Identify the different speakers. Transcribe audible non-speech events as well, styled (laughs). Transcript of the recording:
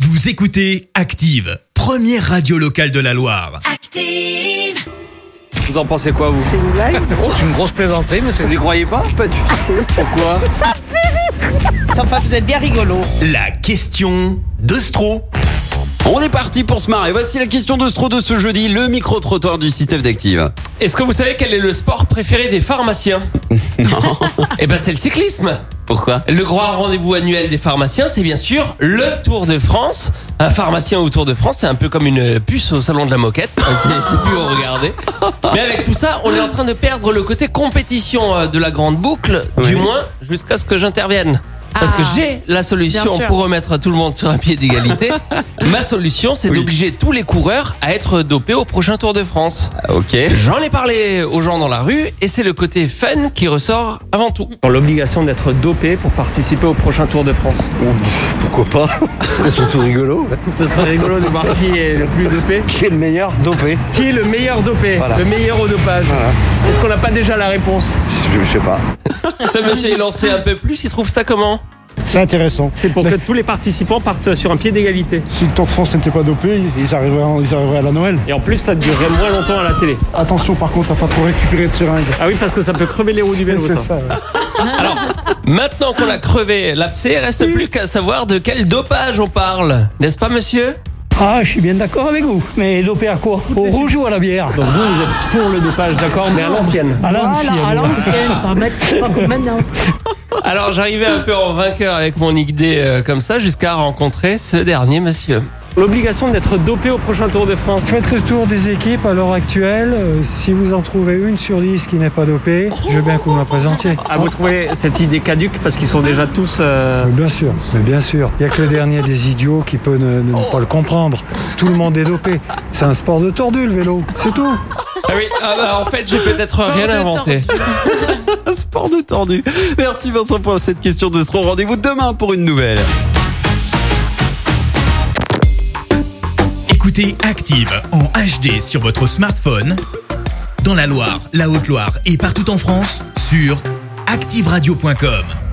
Speaker 1: Vous écoutez Active, première radio locale de la Loire.
Speaker 2: Active!
Speaker 3: Vous en pensez quoi, vous
Speaker 4: C'est une blague
Speaker 3: C'est une grosse plaisanterie, monsieur. Vous y croyez pas Pas du tout. Pourquoi
Speaker 4: Enfin, vous êtes bien rigolo.
Speaker 1: La question de Stro.
Speaker 5: On est parti pour se marrer. Voici la question de Stro de ce jeudi, le micro-trottoir du système d'Active.
Speaker 6: Est-ce que vous savez quel est le sport préféré des pharmaciens Non. Eh ben c'est le cyclisme.
Speaker 5: Pourquoi
Speaker 6: Le grand rendez-vous annuel des pharmaciens, c'est bien sûr le Tour de France. Un pharmacien au Tour de France, c'est un peu comme une puce au salon de la moquette. C'est c'est plus à regarder. Mais avec tout ça, on est en train de perdre le côté compétition euh, de la grande boucle, du
Speaker 5: Oui.
Speaker 6: moins jusqu'à ce que j'intervienne. Parce que
Speaker 2: Ah.
Speaker 6: j'ai la
Speaker 2: Bien
Speaker 6: solution
Speaker 2: sûr.
Speaker 6: pour remettre tout le monde sur un pied d'égalité. Ma solution, c'est
Speaker 5: Oui.
Speaker 6: d'obliger tous les coureurs à être dopés au prochain Tour de France.
Speaker 5: Ah, Ok. (laughs)
Speaker 6: J'en ai parlé aux gens dans la rue et c'est le côté fun qui ressort avant tout. L'obligation d'être dopé pour participer au prochain Tour de France.
Speaker 7: Pourquoi pas (laughs) C'est surtout rigolo.
Speaker 6: Ce serait rigolo de voir qui est le plus dopé.
Speaker 7: Qui est le meilleur dopé
Speaker 6: Qui est le meilleur dopé
Speaker 7: Voilà.
Speaker 6: Le meilleur au dopage
Speaker 7: Voilà.
Speaker 6: Est-ce qu'on n'a pas déjà la réponse
Speaker 7: je, je sais pas.
Speaker 6: Ce monsieur est lancé un peu plus, il trouve ça comment
Speaker 8: C'est intéressant.
Speaker 9: C'est pour que tous les participants partent sur un pied d'égalité.
Speaker 8: Si le Tour de France n'était pas dopé, ils arriveraient, ils arriveraient à la Noël.
Speaker 9: Et en plus, ça durerait moins longtemps à la télé.
Speaker 8: Attention par contre à pas trop récupérer de seringue.
Speaker 9: Ah oui, parce que ça peut crever les roues du vélo.
Speaker 8: C'est
Speaker 9: ça.
Speaker 8: ça. ouais.
Speaker 6: Maintenant qu'on a crevé l'abcès, reste plus qu'à savoir de quel dopage on parle. N'est-ce pas monsieur
Speaker 9: Ah, je suis bien d'accord avec vous. Mais dopé à quoi Au rouge ou à la bière Donc vous, vous êtes pour le dopage, d'accord, mais à l'ancienne.
Speaker 8: À l'ancienne.
Speaker 6: Alors j'arrivais un peu en vainqueur avec mon idée euh, comme ça jusqu'à rencontrer ce dernier monsieur.
Speaker 9: L'obligation d'être dopé au prochain Tour de France.
Speaker 10: Faites le tour des équipes à l'heure actuelle. Euh, Si vous en trouvez une sur dix qui n'est pas dopée, je veux bien que vous me la présentiez.
Speaker 9: Ah, vous trouvez cette idée caduque parce qu'ils sont déjà tous. euh,
Speaker 10: Mais Bien sûr, mais bien sûr. Il n'y a que le dernier des idiots qui peut ne, ne pas le comprendre. Tout le monde est dopé. C'est un sport de tordu, le vélo. C'est tout.
Speaker 6: Ah oui, ah bah, en fait, j'ai peut-être rien inventé.
Speaker 5: Un sport de tordu. Merci Vincent pour cette question de Stro. Rendez-vous demain pour une nouvelle.
Speaker 1: Écoutez Active en HD sur votre smartphone, dans la Loire, la Haute-Loire et partout en France, sur activeradio.com.